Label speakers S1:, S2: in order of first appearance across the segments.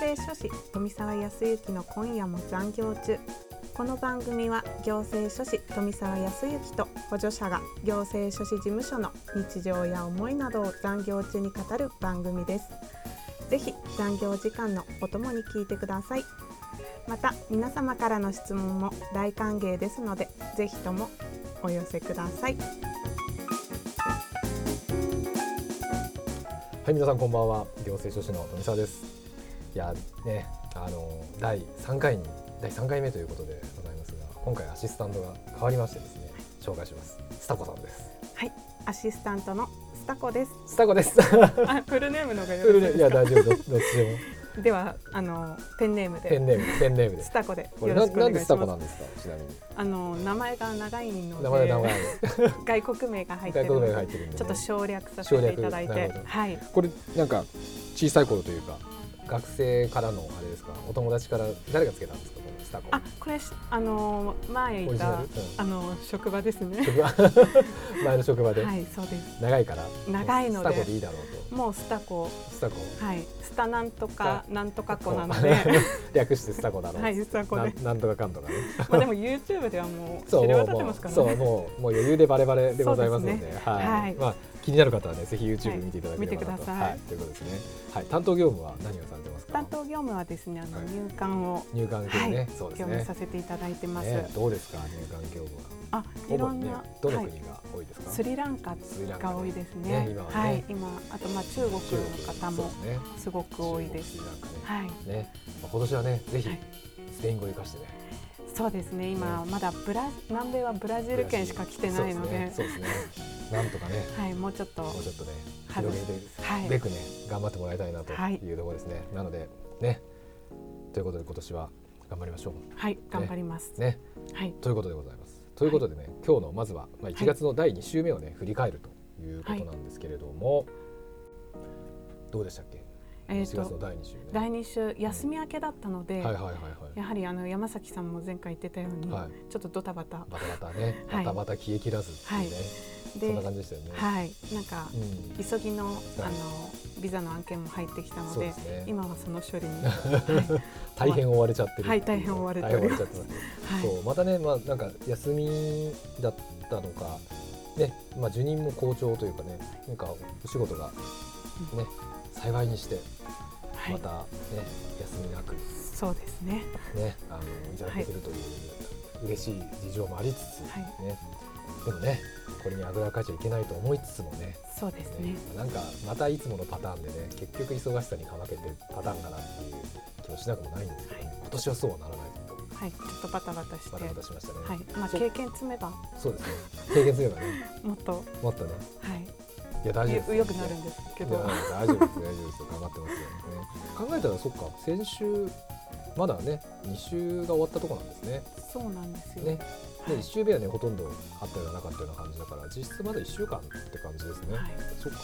S1: 税書士富澤康之の今夜も残業中この番組は行政書士富澤康之と補助者が行政書士事務所の日常や思いなどを残業中に語る番組ですぜひ残業時間のお供に聞いてくださいまた皆様からの質問も大歓迎ですのでぜひともお寄せください
S2: はい、皆さんこんばんは。行政書士の富澤です。いやね、あの第3回に第3回目ということでございますが、今回アシスタントが変わりましてですね、紹介します。スタコさんです。
S1: はいアシスタントのスタコです
S2: スタコ です。い
S1: あフルネームの方がよろしいですか
S2: や大丈夫どどっちでも
S1: ではあのペンネーム
S2: ペ
S1: で
S2: ンネームペンネームで
S1: ス
S2: す。
S1: タコで
S2: こ
S1: よ
S2: れ
S1: ろ
S2: な
S1: しくお
S2: な
S1: 願
S2: ん
S1: い
S2: で
S1: し
S2: スタコ
S1: ま
S2: なんですかちなみに。
S1: す。あの名前が長いの
S2: 名前
S1: で
S2: 名前
S1: 外国名が入って
S2: 外
S1: るの
S2: 国名
S1: で
S2: が入ってるんで、ね。
S1: ちょっと省略させていただい
S2: 省略な
S1: て
S2: るほど
S1: はい
S2: これなんか小さい頃というか学生からのあれですか、お友達から誰がつけたんですかこのスタコ。
S1: あこれあの前
S2: オ
S1: い
S2: リジナ
S1: た
S2: ル。うん
S1: あの職場ですね
S2: 職場 前の職場で、
S1: はいそうです
S2: 長いから
S1: 長いので
S2: スタコでいいだろう
S1: もうスタコ
S2: とスタコ
S1: はいスタなんとかなんとか子なので
S2: 略してスタコだろう、
S1: はい スタコ
S2: な
S1: で
S2: なんとかかんと かね
S1: まあでも YouTube ではもう知
S2: そう
S1: れ
S2: もう
S1: 渡って
S2: も
S1: ま
S2: う
S1: すから
S2: そう
S1: ね
S2: もうもう余裕でバレバレでございますので
S1: そう
S2: はい、
S1: はい
S2: まあ気になる方はねぜひ
S1: はい
S2: YouTube 見ていただけ
S1: 見
S2: ればな
S1: てく
S2: と、
S1: だ
S2: は
S1: さ
S2: い
S1: い
S2: ということですねはい担当業務は何をされてますか
S1: 担当業務はですねあの
S2: はい
S1: 入管を
S2: 入管業ね、
S1: はい
S2: そうで
S1: 業
S2: す
S1: 務
S2: ね
S1: させていただいてます
S2: ねどうですか入管業務は
S1: あいろ
S2: 主
S1: ん
S2: にね
S1: な
S2: どの
S1: はい
S2: 国が多いですか、
S1: スリランカ
S2: スリランカ
S1: が
S2: ね
S1: 多いですね。
S2: ね今はね
S1: はい、今あとまあ中国の方
S2: そう
S1: も
S2: ですね
S1: すごく多いです。
S2: 中国スリランカね、
S1: はい、
S2: ね、まあ、今年はね、ぜひ
S1: はい
S2: スペイン語を生かしてね。
S1: そうですね。今まだブラ南米はブラジル圏しか来てないので、
S2: そうですね。そうですねなんとかね、
S1: はい、もうちょっと
S2: もうちょっとね、
S1: はい
S2: 広げて
S1: はい
S2: べくね、頑張ってもらいたいなと
S1: はい
S2: いうところですね。なのでね、ということで今年は頑張りましょ
S1: はい頑張ります。
S2: うね。
S1: はい、
S2: ということでございます。ということでね、今日のまずはまあ1月の第2週目をね、振り返るということなんですけれども、どうでしたっけ？
S1: えっ、
S2: 1月の
S1: と
S2: 第2週目。
S1: 第二週休み明けだったので、
S2: はいはいはいはい。
S1: やはりあの山崎さんも前回言ってたように、
S2: はい
S1: ちょっとドタバタ
S2: バタバタね、
S1: は
S2: バ
S1: い
S2: タバタ消えきらずっていうね、そ
S1: で
S2: んな、感じでしたよね。
S1: はい、なんか
S2: うん
S1: 急ぎのあのビザの案件も入ってきたの
S2: そう
S1: で、
S2: ですね
S1: 今はその処理 に、はい
S2: 大変追われちゃってるってう
S1: はい大変追われております
S2: 大変追われちゃっ てま
S1: は
S2: す
S1: い
S2: そうまたねまあなんか休みだったのかねまあ受任も好調というかねなんかお仕事がね幸いにして
S1: はい
S2: またね休みなく
S1: そうですね。
S2: ねあのいただけてるという嬉しい事情もありつつ
S1: は
S2: ねでもねこれにあぐらかいちゃいけないと思いつつもね
S1: そうですね。
S2: なんかまたいつものパターンでね結局忙しさにかまけてるパターンかなっていう気もしなくもないんですけど、ね今年はそうはならないと
S1: はい、ちょっとバタバタして。
S2: バタバタしましたね、
S1: はい、まあ
S2: そう
S1: 経験積めば
S2: そうですね経験すればね
S1: もっと
S2: もっとね
S1: はい
S2: や大
S1: よ
S2: 丈夫です
S1: 良くなるんですけ
S2: い
S1: ど、
S2: や
S1: は
S2: 大丈夫です大丈夫です頑張ってますよね考えたらそっか先週まだね2週が終わったとこなんですね
S1: いそうなんですよ。
S2: ね
S1: は
S2: で
S1: い
S2: 1週目はねほとんどあったようななかったような感じだから実質まだ1週間って感じですね、
S1: はい
S2: そっか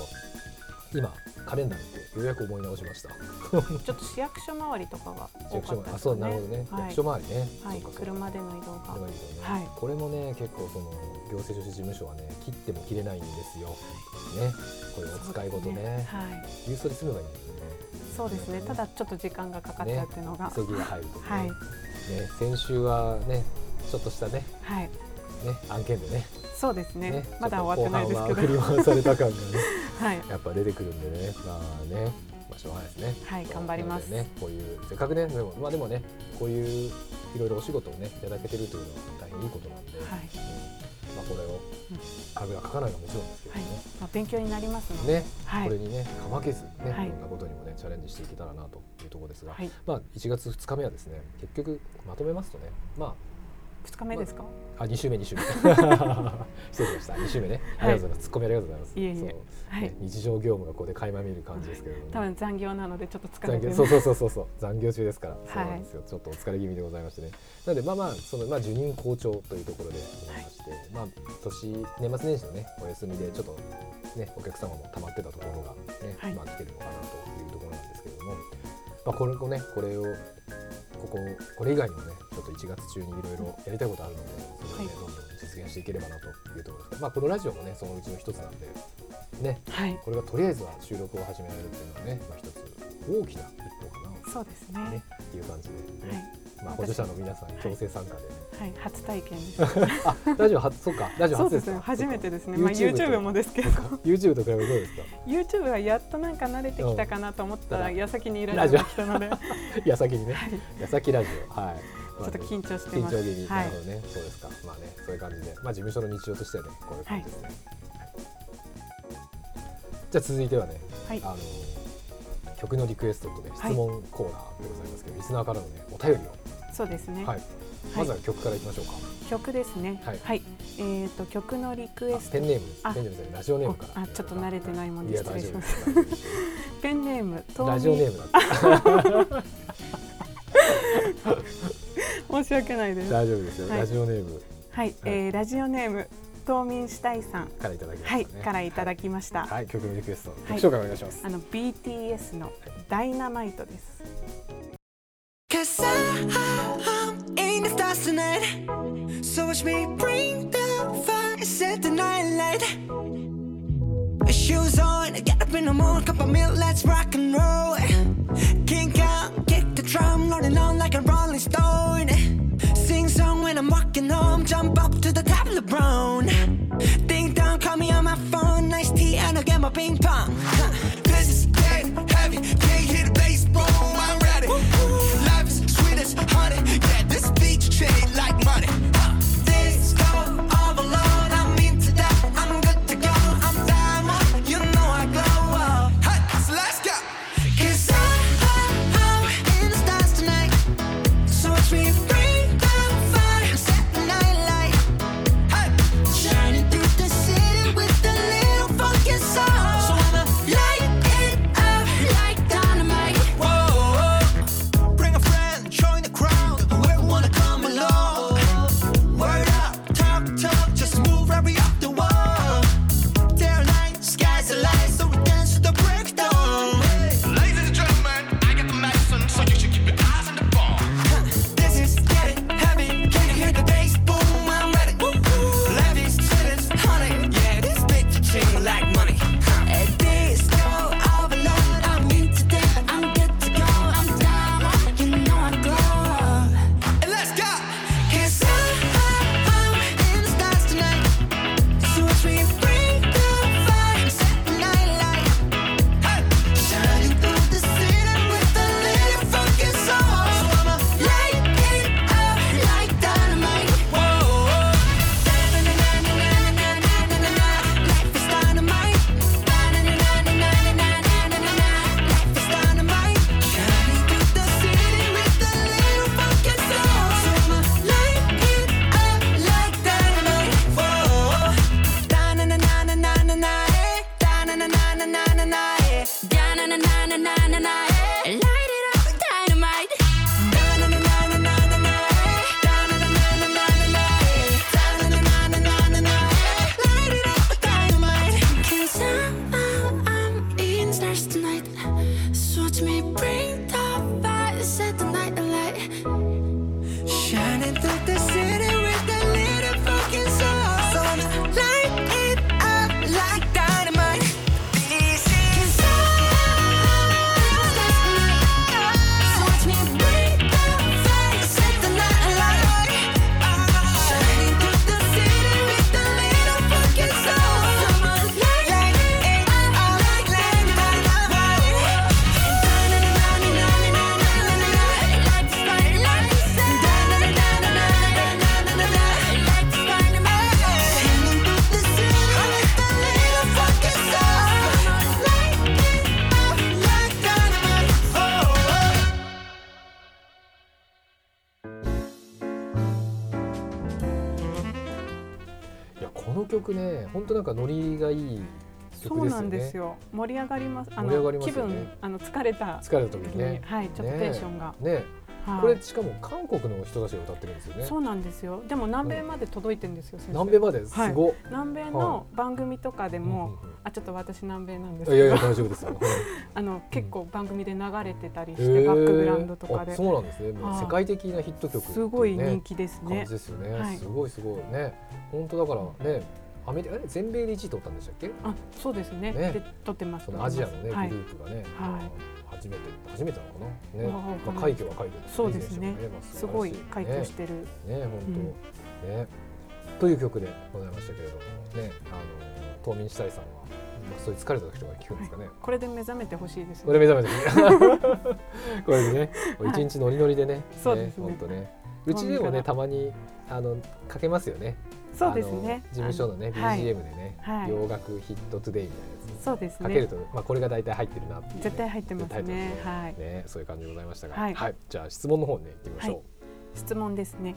S2: 今カレンダー見てようやく思い直しました
S1: ちょっと市役所周りとかが多
S2: 役
S1: か
S2: 所
S1: ったで
S2: 周り、あ、
S1: す
S2: そう、
S1: ね。
S2: なるほどね、
S1: はい
S2: 役所周りね。
S1: はい
S2: そうか、そうか
S1: 車での移動が
S2: 車がいいですよね、
S1: はい
S2: これもね、結構その行政書士事務所はね、切っても切れないんですよ。ね、これお使い事
S1: そうです
S2: ね、
S1: はい、
S2: 郵送で済めばいいんですよね。
S1: そうですね。ただちょっと時間がかかっちゃうっていうのが、
S2: 急ぎが入るとね、
S1: はい
S2: ね、先週はね、ちょっとしたね、
S1: はい、
S2: ね、案件でね、
S1: そうですね。
S2: ね
S1: まだ終わってないですけ
S2: ちょ
S1: ど、
S2: っと後半は振り回された感がね、
S1: はい、
S2: やっぱ出てくるんでね、まあね、まあしょうがないですね。
S1: はい、頑張ります。
S2: なのでね、こういうせっかくねでもまあでもねこういういろいろお仕事をねいただけてるというのは大変いいことなんで、
S1: はい、
S2: うんまあこれを
S1: うん
S2: あぐらかかないのはもちろんですけど
S1: はい
S2: ね、、
S1: まあ勉強になりますので、
S2: ね
S1: はい
S2: これ、にねかまけずね、
S1: はい
S2: い、ろんなことにもねチャレンジしていけたらなというところですが、
S1: はい、
S2: まあ1月2日目はですね結局まとめますとねま
S1: 二日目ですか？
S2: ああ2週目2週目 失礼しました2週目ねありがとうございます、ツッコミありがとうございます
S1: いえいえ
S2: そうね
S1: はい、
S2: 日常業務がここで垣間見る感じですけれども、ね
S1: 多分残業なのでちょっと疲れ
S2: 残
S1: て
S2: 業
S1: る
S2: そうそうそうそうそう残業中ですから、そうなんですよちょっとお疲れ気味でございましてねなのでまあまあそのまあ受任校長というところでございまして、まあ年年末年始のねお休みでちょっとねお客様も溜まってたところがね、
S1: はい
S2: まあ来てるのかなというところなんですけれども、まあこれをねこれをこここれ以外にもねちょっと1月中にいろいろやりたいことあるのでそれをね、
S1: はい
S2: どんどん実現していければなというところですまあこのラジオもねそのうちの一つなんでね
S1: はい、
S2: これがとりあえずは収録を始められるっていうのはね、まあ、一つ大きな一歩かな
S1: そうですね。
S2: ねっていう感じで、ねまあ、補助者の皆さん強制参加で、
S1: はい、はい、初体験 です。
S2: あラジオ初そうかラジオ
S1: そうで
S2: 初ですす
S1: ね。
S2: か
S1: 初めてですね。
S2: そう
S1: ま
S2: か
S1: あ
S2: YouTube
S1: YouTube
S2: と
S1: もですけど
S2: そう、か YouTube と比べてどうですか
S1: YouTube はやっとなんか慣れてきたかなと思ったら、
S2: うん
S1: 矢先にラジオが来たので、 はい、
S2: 矢先にね
S1: ち
S2: 矢先ラジオはい、
S1: ょ
S2: まあ
S1: っと
S2: ね
S1: 緊張して
S2: 緊張
S1: ます。
S2: 気味、
S1: は
S2: ないるほどねそうですかまあねそういう感じでまあ事務所の日常としてはねこういう感じですね、じゃあ続いてはね、
S1: はい
S2: あの曲のリクエストとね質問コーナーでございますけど、リスナーからのねお便りを、
S1: そうですね。
S2: はい、まずは曲からいきましょうか、
S1: 曲ですね。は
S2: はいい。
S1: えっ、と曲のリクエ
S2: あ
S1: スト
S2: ペンネームです
S1: あ
S2: ペンネームじゃないラジオネームから、
S1: あちょっと慣れてないもんで
S2: いや
S1: 失礼
S2: 大
S1: し
S2: 丈夫
S1: ま
S2: ですす大丈夫です
S1: ペンネーム
S2: ラジオネ
S1: ム
S2: ームだって
S1: 申し訳ないです。
S2: 大丈夫ですよ、
S1: はい
S2: ラジオネーム
S1: はい、えー、ラジオネーム冬眠したいさん、
S2: からいただきました
S1: は
S2: ね
S1: いからいただきました。
S2: はい、曲のリクエスト、
S1: い
S2: 曲紹介お願いします
S1: あの BTS のダイナマイトです。
S3: Cause I, am in the stars tonight. So watch me bring the fire, set the night light. Shoes on, get up in the morning, cup of milk, let's rock and roll. Kink out, kick the drum, rolling on like a rolling stone. Sing song when I'm walking home, jump up to the top of LeBron. Ding dong, call me on my phone, nice tea, and I'll get my ping pong. This is dead heavy, can't hear the bass, boom, I'm ready. Life is sweet as honey, yeah, this beach trade like money. Huh. This go all alone, I'm into that, I'm good to go, I'm diamond, you know I glow up. Hey, so let's go. Cause I, I, I'm in the stars tonight. So watch me bring the fire, set the night light. Hey, shining through the city with a little funky soul. So I'ma light it up like dynamite. Whoa, bring a friend, join the crowd. Whoever wanna come along. Word up, talk, talk, just move every up the wall. There night, skies are light, so we dance to the breakdown.
S4: Ladies and gentlemen, I got the medicine, so you should keep your eyes on the ball.
S3: This is getting heavy. Can you hear the bass? Boom, I'm ready. Levies, chillin', honey. Yeah, this bitch chillin' like money. At this door, overload. I'm in today. I'm good to go. I'm down. You know I glow. And let's go. Cause I, I'm in the stars tonight. So watch me bring the fire, set the night light. Shining through the city with a little fucking soul. So I'ma light it up like dynamite. Whoa. Na na na na na na na na na na. Life is dynamite. Na na na na na na na na na na. Life is dynamite. Shining through the city with a little fucking soul. So I'ma light it up like dynamite. Whoa. Na na na na na na na. Na na na na na na na. Shining through the city with a little fucking soul. So I'ma light it up like dynamite. This is So watch me break the fire, set the night alight. Shining through the city with a little fucking soul. So I'ma light it up like dynamite.
S2: いやこの曲ね本当なんかノリがいい
S1: そ
S2: 曲
S1: う
S2: です
S1: な
S2: よ
S1: ん
S2: ね
S1: ですよ。盛り上がります。あ
S2: 盛り上
S1: の、
S2: がりま
S1: 気
S2: すよね
S1: 分あの疲れた
S2: 疲れた時
S1: 時
S2: に
S1: に、
S2: ね
S1: はいちょっと
S2: ね
S1: テンションが、
S2: ね
S1: はい
S2: これしかも韓国の人たちが歌ってるんですよね
S1: そうなんですよ。でも南米まで届いてんですよ。先生
S2: 南米まですごっ、
S1: 南米の番組とかでも、
S2: うんうんうん
S1: あちょっと私南米なんです
S2: い、や
S1: け
S2: いや
S1: ど、
S2: 大丈夫ですよ
S1: あの結構番組で流れてたりして、
S2: へー
S1: バックグラウンドとかで
S2: あ、そうなんですねも
S1: は
S2: う
S1: い
S2: 世界的なヒット曲ってうね
S1: すごい人気ですね
S2: 感じ。ですよね、
S1: はい
S2: すごいすごいね本当だからねアメリカあれ全米で1位取ったんでしたっけ
S1: あ、そうですね。
S2: ね
S1: で撮ってます。
S2: そのアジアのね、
S1: はい
S2: グループがね、
S1: はい
S2: まあ初めて初めてなのかなね、
S1: まあわかん
S2: ま
S1: な
S2: あ、
S1: い
S2: 快挙は快挙
S1: そうですね
S2: いい選手もまあ
S1: すごい
S2: 素晴らし
S1: 快挙してる、
S2: ねね本当、ねという曲でございましたけれどもねあの冬眠したいさんは、まあ、そういう疲れた時とかに聞くんですかね、
S1: これで目覚めてほしいです
S2: こ
S1: ね
S2: れ目覚めてくれ これでねもう一日ノリノリでね,、
S1: そうですね
S2: 本当ねうちでもねたまにあのかけますよね
S1: そうですね
S2: あの事務所のね
S1: あのはい
S2: BGM でね、
S1: はい
S2: 洋楽ヒットトゥデイみたいなやつ
S1: そうです
S2: かける
S1: ね
S2: と、まあこれが大体入ってるなっていうね、
S1: 絶対入ってま
S2: タイ
S1: す
S2: トル
S1: ね
S2: です
S1: はい
S2: ねそういう感じでございましたが、
S1: は
S2: はいい、じゃあ質問の方ね行ってみましょ
S1: 質問ですね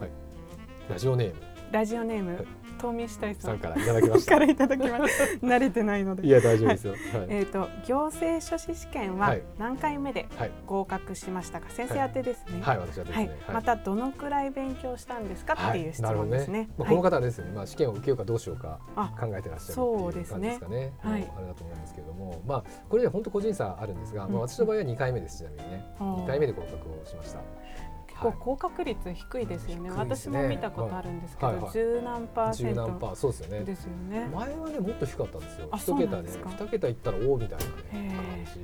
S2: う。ラジオネーム
S1: ラジオネーム、
S2: はい
S1: 冬眠したいさ
S2: さん
S1: んか
S2: からいただきました。
S1: らいただきます 慣れてないの
S2: い
S1: で
S2: や大丈夫ですよ。はい。
S1: えっ、と行政書士試験は
S2: はい
S1: 何回目で
S2: はい
S1: 合格しましたか、先生宛てですね
S2: はい、私はです
S1: はい
S2: ね。
S1: またどのくらい勉強したんですかっ
S2: は
S1: て
S2: い
S1: いう質
S2: なるほ
S1: 問
S2: ど
S1: ですね。
S2: まあ、
S1: はい
S2: この方はですね、まあ試験を受けようかどうしようか
S1: あ
S2: 考えてらっしゃる
S1: そう
S2: ってい
S1: で
S2: う
S1: す
S2: 感
S1: ね
S2: じですかね。
S1: はい
S2: もうあれだと思うんですけれども、まあこれで本当個人差あるんですが、まあ
S1: うん
S2: 私の場合は2回目ですちなみにね、
S1: うん
S2: 2回目で合格をしました。
S1: 結構
S2: はい
S1: 合格率低いですよね。
S2: 低いで
S1: 私
S2: すね
S1: も見たことあるんですけど、
S2: はいはい
S1: 十何パーセ
S2: 十
S1: ン
S2: 何
S1: ト
S2: パーそうですよね。
S1: ですよね。
S2: 前はねもっと低かったんですよ
S1: あ
S2: 一
S1: そうな
S2: 桁
S1: んで
S2: です
S1: か
S2: 二桁いったら王みたいなね
S1: へ
S2: 感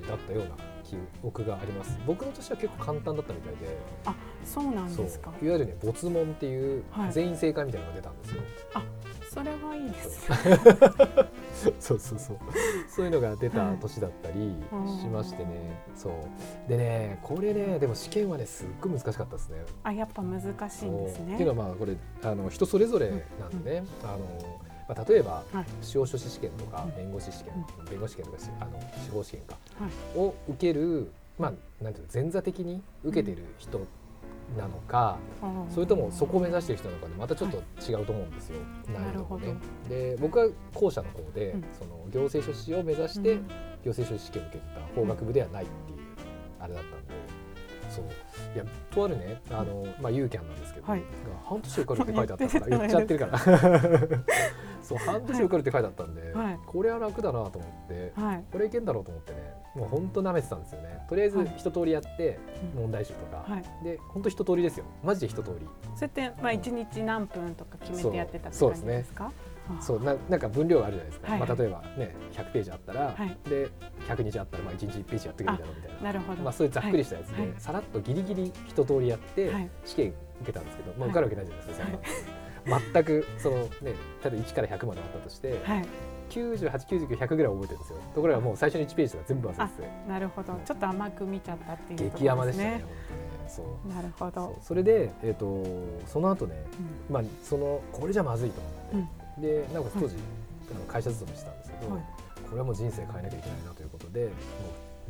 S2: じだったような記憶があります僕の年は結構簡単だったみたいで
S1: そうなん
S2: そう
S1: ですか。
S2: いわゆるね没問っていう
S1: はい
S2: 全員正解みたいなのが出たんですよ、
S1: それはいいですね。
S2: そうそうそうそういうのが出た年だったり
S1: はい
S2: しましてねそうでねこれねでも試験はねすっごい難しかったですね
S1: あ、やっぱ難しいんです
S2: そう
S1: ね。
S2: っていうのはまあこれあの人それぞれなんでね、あのまあ、例えば、
S1: はい
S2: 司法書士試験とか
S1: うん
S2: 弁護士試験、弁護士試験とかしあの司法試験か、
S1: は
S2: を受ける、まあ、なんていうの前座的に受けてる人なのか、
S1: うん
S2: それともそこを目指してる人なのかでまたちょっと違うと思うんですよ、
S1: い
S2: 難易度も
S1: な
S2: ね
S1: る。
S2: で僕は後者の方で、
S1: うん
S2: その行政書士を目指して、
S1: うん
S2: 行政書士試験を受けた法学部ではないっていうあれだったんで、そういやとあるねあの、まあ、ユーキャンなんですけど、
S1: はい
S2: が半年受かるって書いてあったから
S1: 言
S2: 言
S1: っ
S2: ってち
S1: た
S2: ゃ
S1: じゃない
S2: って
S1: で
S2: るから そう半年受かるって書いてあったんで、
S1: はい
S2: これは楽だなと思って、
S1: はい。
S2: これいけんだろうと思ってねもうほんと舐めてたんですよねとりあえ
S1: は
S2: ず
S1: い
S2: 一通りやって
S1: うん
S2: 問題集とか、
S1: はい。
S2: でほんと一通りですよマジで一通り
S1: それってまあ一日何分とか決めてやってたって
S2: そう
S1: 感じですか。あ
S2: そうななんか分量があるじゃないですか、
S1: はい
S2: まあ、例えばね100ページあったら、
S1: はい
S2: で100日あったらまあ1日1ページやってくれるだろうみたいな
S1: なるほど。
S2: まあ、そういうざっくりしたやつで、
S1: はいはい
S2: さらっとギリギリ一通りやって、
S1: はい
S2: 試験受けたんですけど、ま
S1: は
S2: あ、
S1: い
S2: 受かるわけないじゃないですか、そんなの全くそのねただ1から100まであったとして、
S1: はい。はい
S2: 9899100ぐらいは覚えてるんですよところがもう最初の1ページとか全部忘れてて
S1: なるほど。ちょっと甘く見ちゃったっていうところですね。
S2: 激甘でしたね本当ねそう
S1: なるほ
S2: そ
S1: ど。
S2: うそれで、えー、とその後ね、
S1: うん
S2: まあそのこれじゃまずいと思って、でなおかつ当時、あの会社勤めしてたんですけど、
S1: はい
S2: これはもう人生変えなきゃいけないなということでも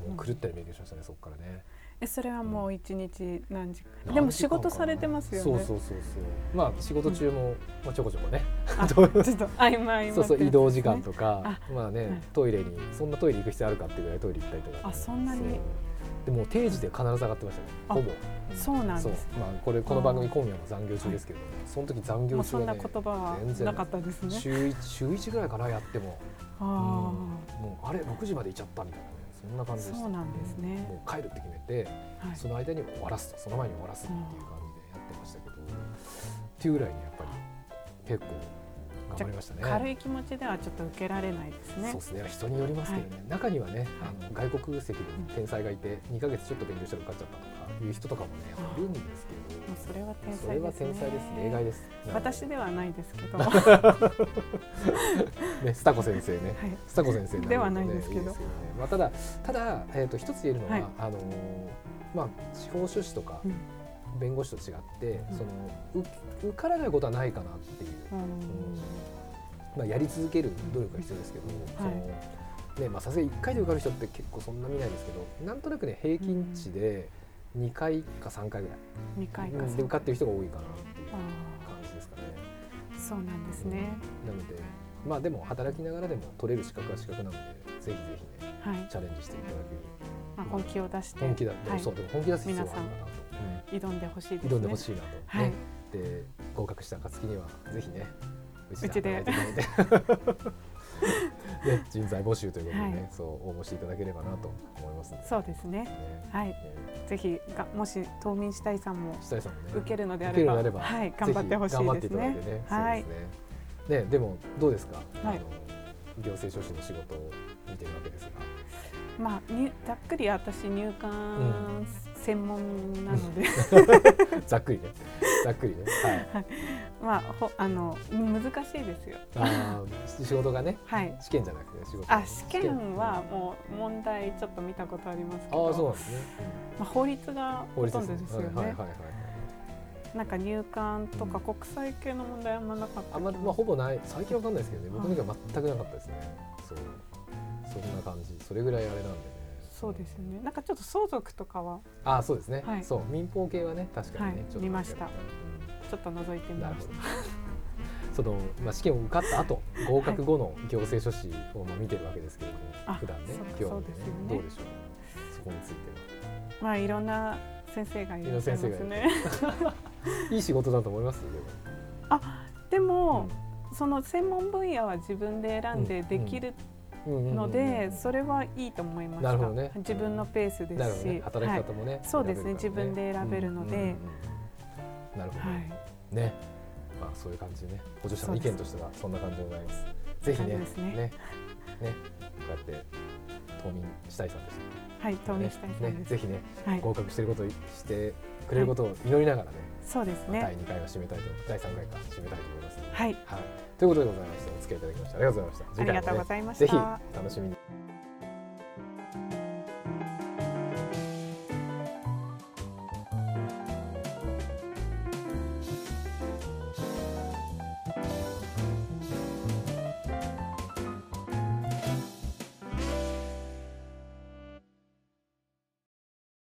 S2: うもう狂ったように勉強しましたねそこからね。
S1: え、それはもう一日何時
S2: 何時間かな
S1: でも仕事されてますよね。
S2: そうそうそうそう。まあ仕事中も、まあちょこちょこね。
S1: あちょっと合間合間
S2: そうそ
S1: ってやつです
S2: う
S1: ね
S2: 移動時間とか、まあ
S1: は
S2: ね
S1: い
S2: トイレにそんなトイレ行く必要あるかっていうぐらいトイレ行ったりとか、
S1: あそんなに
S2: そう。でもう定時で必ず上がってましたね。
S1: あ
S2: ほぼ。
S1: そうなんです
S2: そうまあこれこの番組今夜も残業中ですけれども、その時残
S1: も
S2: 業
S1: うそ
S2: 中
S1: ん
S2: が
S1: な
S2: ね
S1: 言葉は
S2: 全然
S1: なかったですね。
S2: 週一週一ぐらいかなやっても、うん
S1: あ
S2: もうあれ六時までいっちゃったみたいなねそんな感じでした。
S1: そうなんですね
S2: もう帰るって決めて。
S1: あ、はい
S2: その間に終わらすとその前に終わらすっていう感じでやってましたけど、っていうぐらいにやっぱり結構頑張りましたね。
S1: 軽い気持ちではちょっと受けられないですね。
S2: そうですね人によりますけどね、中にはねあの外国籍で天才がいて2ヶ月ちょっと勉強したら受かっちゃったとかいう人とかもね
S1: あ
S2: いるんですけ
S1: もうそれは天
S2: ど
S1: 才です
S2: そ
S1: ね。
S2: れは天才です例外です
S1: 私
S2: ね
S1: ではないですけ ど、
S2: スタコ先生ね
S1: はい
S2: スタコ先生
S1: ではないですけど
S2: いいよねまあ、ただただ、えー、と一つ言えるのは、
S1: はい
S2: あのーまあ、司法書士とか
S1: うん
S2: 弁護士と違って、
S1: うん
S2: そのう受からないことはないかなっていう、
S1: うん
S2: まあ、やり続ける努力が必要ですけどその
S1: はい
S2: ねまあさすがに1回で受かる人って結構そんな見ないですけどなんとなくね平均値で2回か3回ぐらい、
S1: 二回か三
S2: うん
S1: 回
S2: で受かってる人が多いかなっていう
S1: あ
S2: 感じですかね。
S1: ーそうなんですね。
S2: なのでまあでも働きながらでも取れる資格は資格なのでぜひぜひね
S1: はい。
S2: チャレンジしていただく
S1: まあ本気を出して、
S2: 本気だ、
S1: はい
S2: そうでも本気出す必要があるかなと、うん
S1: 挑んでほしいですね。
S2: 挑んでほしいなと、ね
S1: はい
S2: で合格した暁にはぜひねう
S1: うちで
S2: 働いていただい てね人材募集ということでね、
S1: はい
S2: そう応募していただければなと思いますので
S1: そうですね。
S2: ね
S1: はい。
S2: ね
S1: ぜひがもし冬眠したいさんも
S2: 下井さんもね
S1: 受けるのであ
S2: 受け
S1: れ
S2: る
S1: ば
S2: のであれば、
S1: はい
S2: ぜ、ひ
S1: 頑張ってほし
S2: 頑張
S1: い
S2: っ
S1: で
S2: てい
S1: す
S2: ただい
S1: ね
S2: て。ね
S1: はい
S2: そうですねねでもどうですか、
S1: はい
S2: あの行政書士の仕事を見てるわけですが、
S1: まあにざっくり私入管専門なので、
S2: ざっくりね。ざっくりね。はい。
S1: まあほあの難しいですよ。
S2: あー仕事がね、
S1: はい。
S2: 試験じゃなくて仕事。
S1: あ試験はもう問題ちょっと見たことありますけ
S2: あ
S1: ど、
S2: あーそうなんですね。
S1: まあ、法律が
S2: うん
S1: ほとんどですよ
S2: はいはい
S1: ね
S2: はい。はい。
S1: なんか入管とか国際系の問題あんまなかった
S2: あ
S1: 気
S2: ん
S1: が
S2: ままあほぼない。最近わかんないですけどね。僕の時は全くなかったですね。そう。そんな感じ。それぐらいあれなんでね。
S1: そうですよねなんかちょっと相続とかは
S2: ああそうですね、
S1: はい
S2: そう民放系はね確かにね、
S1: はい
S2: ちょっと
S1: 見ました
S2: ある
S1: ちょっと覗いて
S2: けどうん
S1: み
S2: な
S1: ま
S2: るほ
S1: し
S2: ど
S1: た
S2: その、まあ、試験を受かった後合格後の行政書士をまあ見てるわけですけれども、
S1: あ
S2: 普段ね
S1: そうか
S2: 興味で
S1: そうですよね
S2: どうでしょうそこについては
S1: まあいろんな先生がいらっしゃいます
S2: いろんな
S1: ね
S2: いい仕事だと思いますでも
S1: でも、その専門分野は自分で選んで
S2: うん
S1: できる
S2: うんうんうんうん
S1: ので、それはいいと思いました
S2: なるほどね
S1: 自分のペースで
S2: なる
S1: す
S2: ほ
S1: し、
S2: どね働き方もね、
S1: そうですね
S2: 選べるから
S1: 自分で選べるので
S2: うんうんうんうんなるほど、
S1: はい、はい
S2: ねまあそういう感じでね補助者の意見としてはそんな感じでございますぜひね
S1: そうですね
S2: ねねこうやって冬眠したいさんでした
S1: はい、投入したいそう
S2: ね
S1: です、
S2: ねぜひね
S1: はい、
S2: 合格してることをしてくれることを祈りながらね、
S1: そうです
S2: まあ第
S1: ね。
S2: 2回は締めたいと第3回は締めたいと思います、
S1: はい、
S2: はい、ということでございましてお付き合いいただきましてありがとうございました
S1: ありがとうご
S2: い
S1: ざいま
S2: ぜ
S1: し
S2: ひ
S1: た。
S2: お楽しみに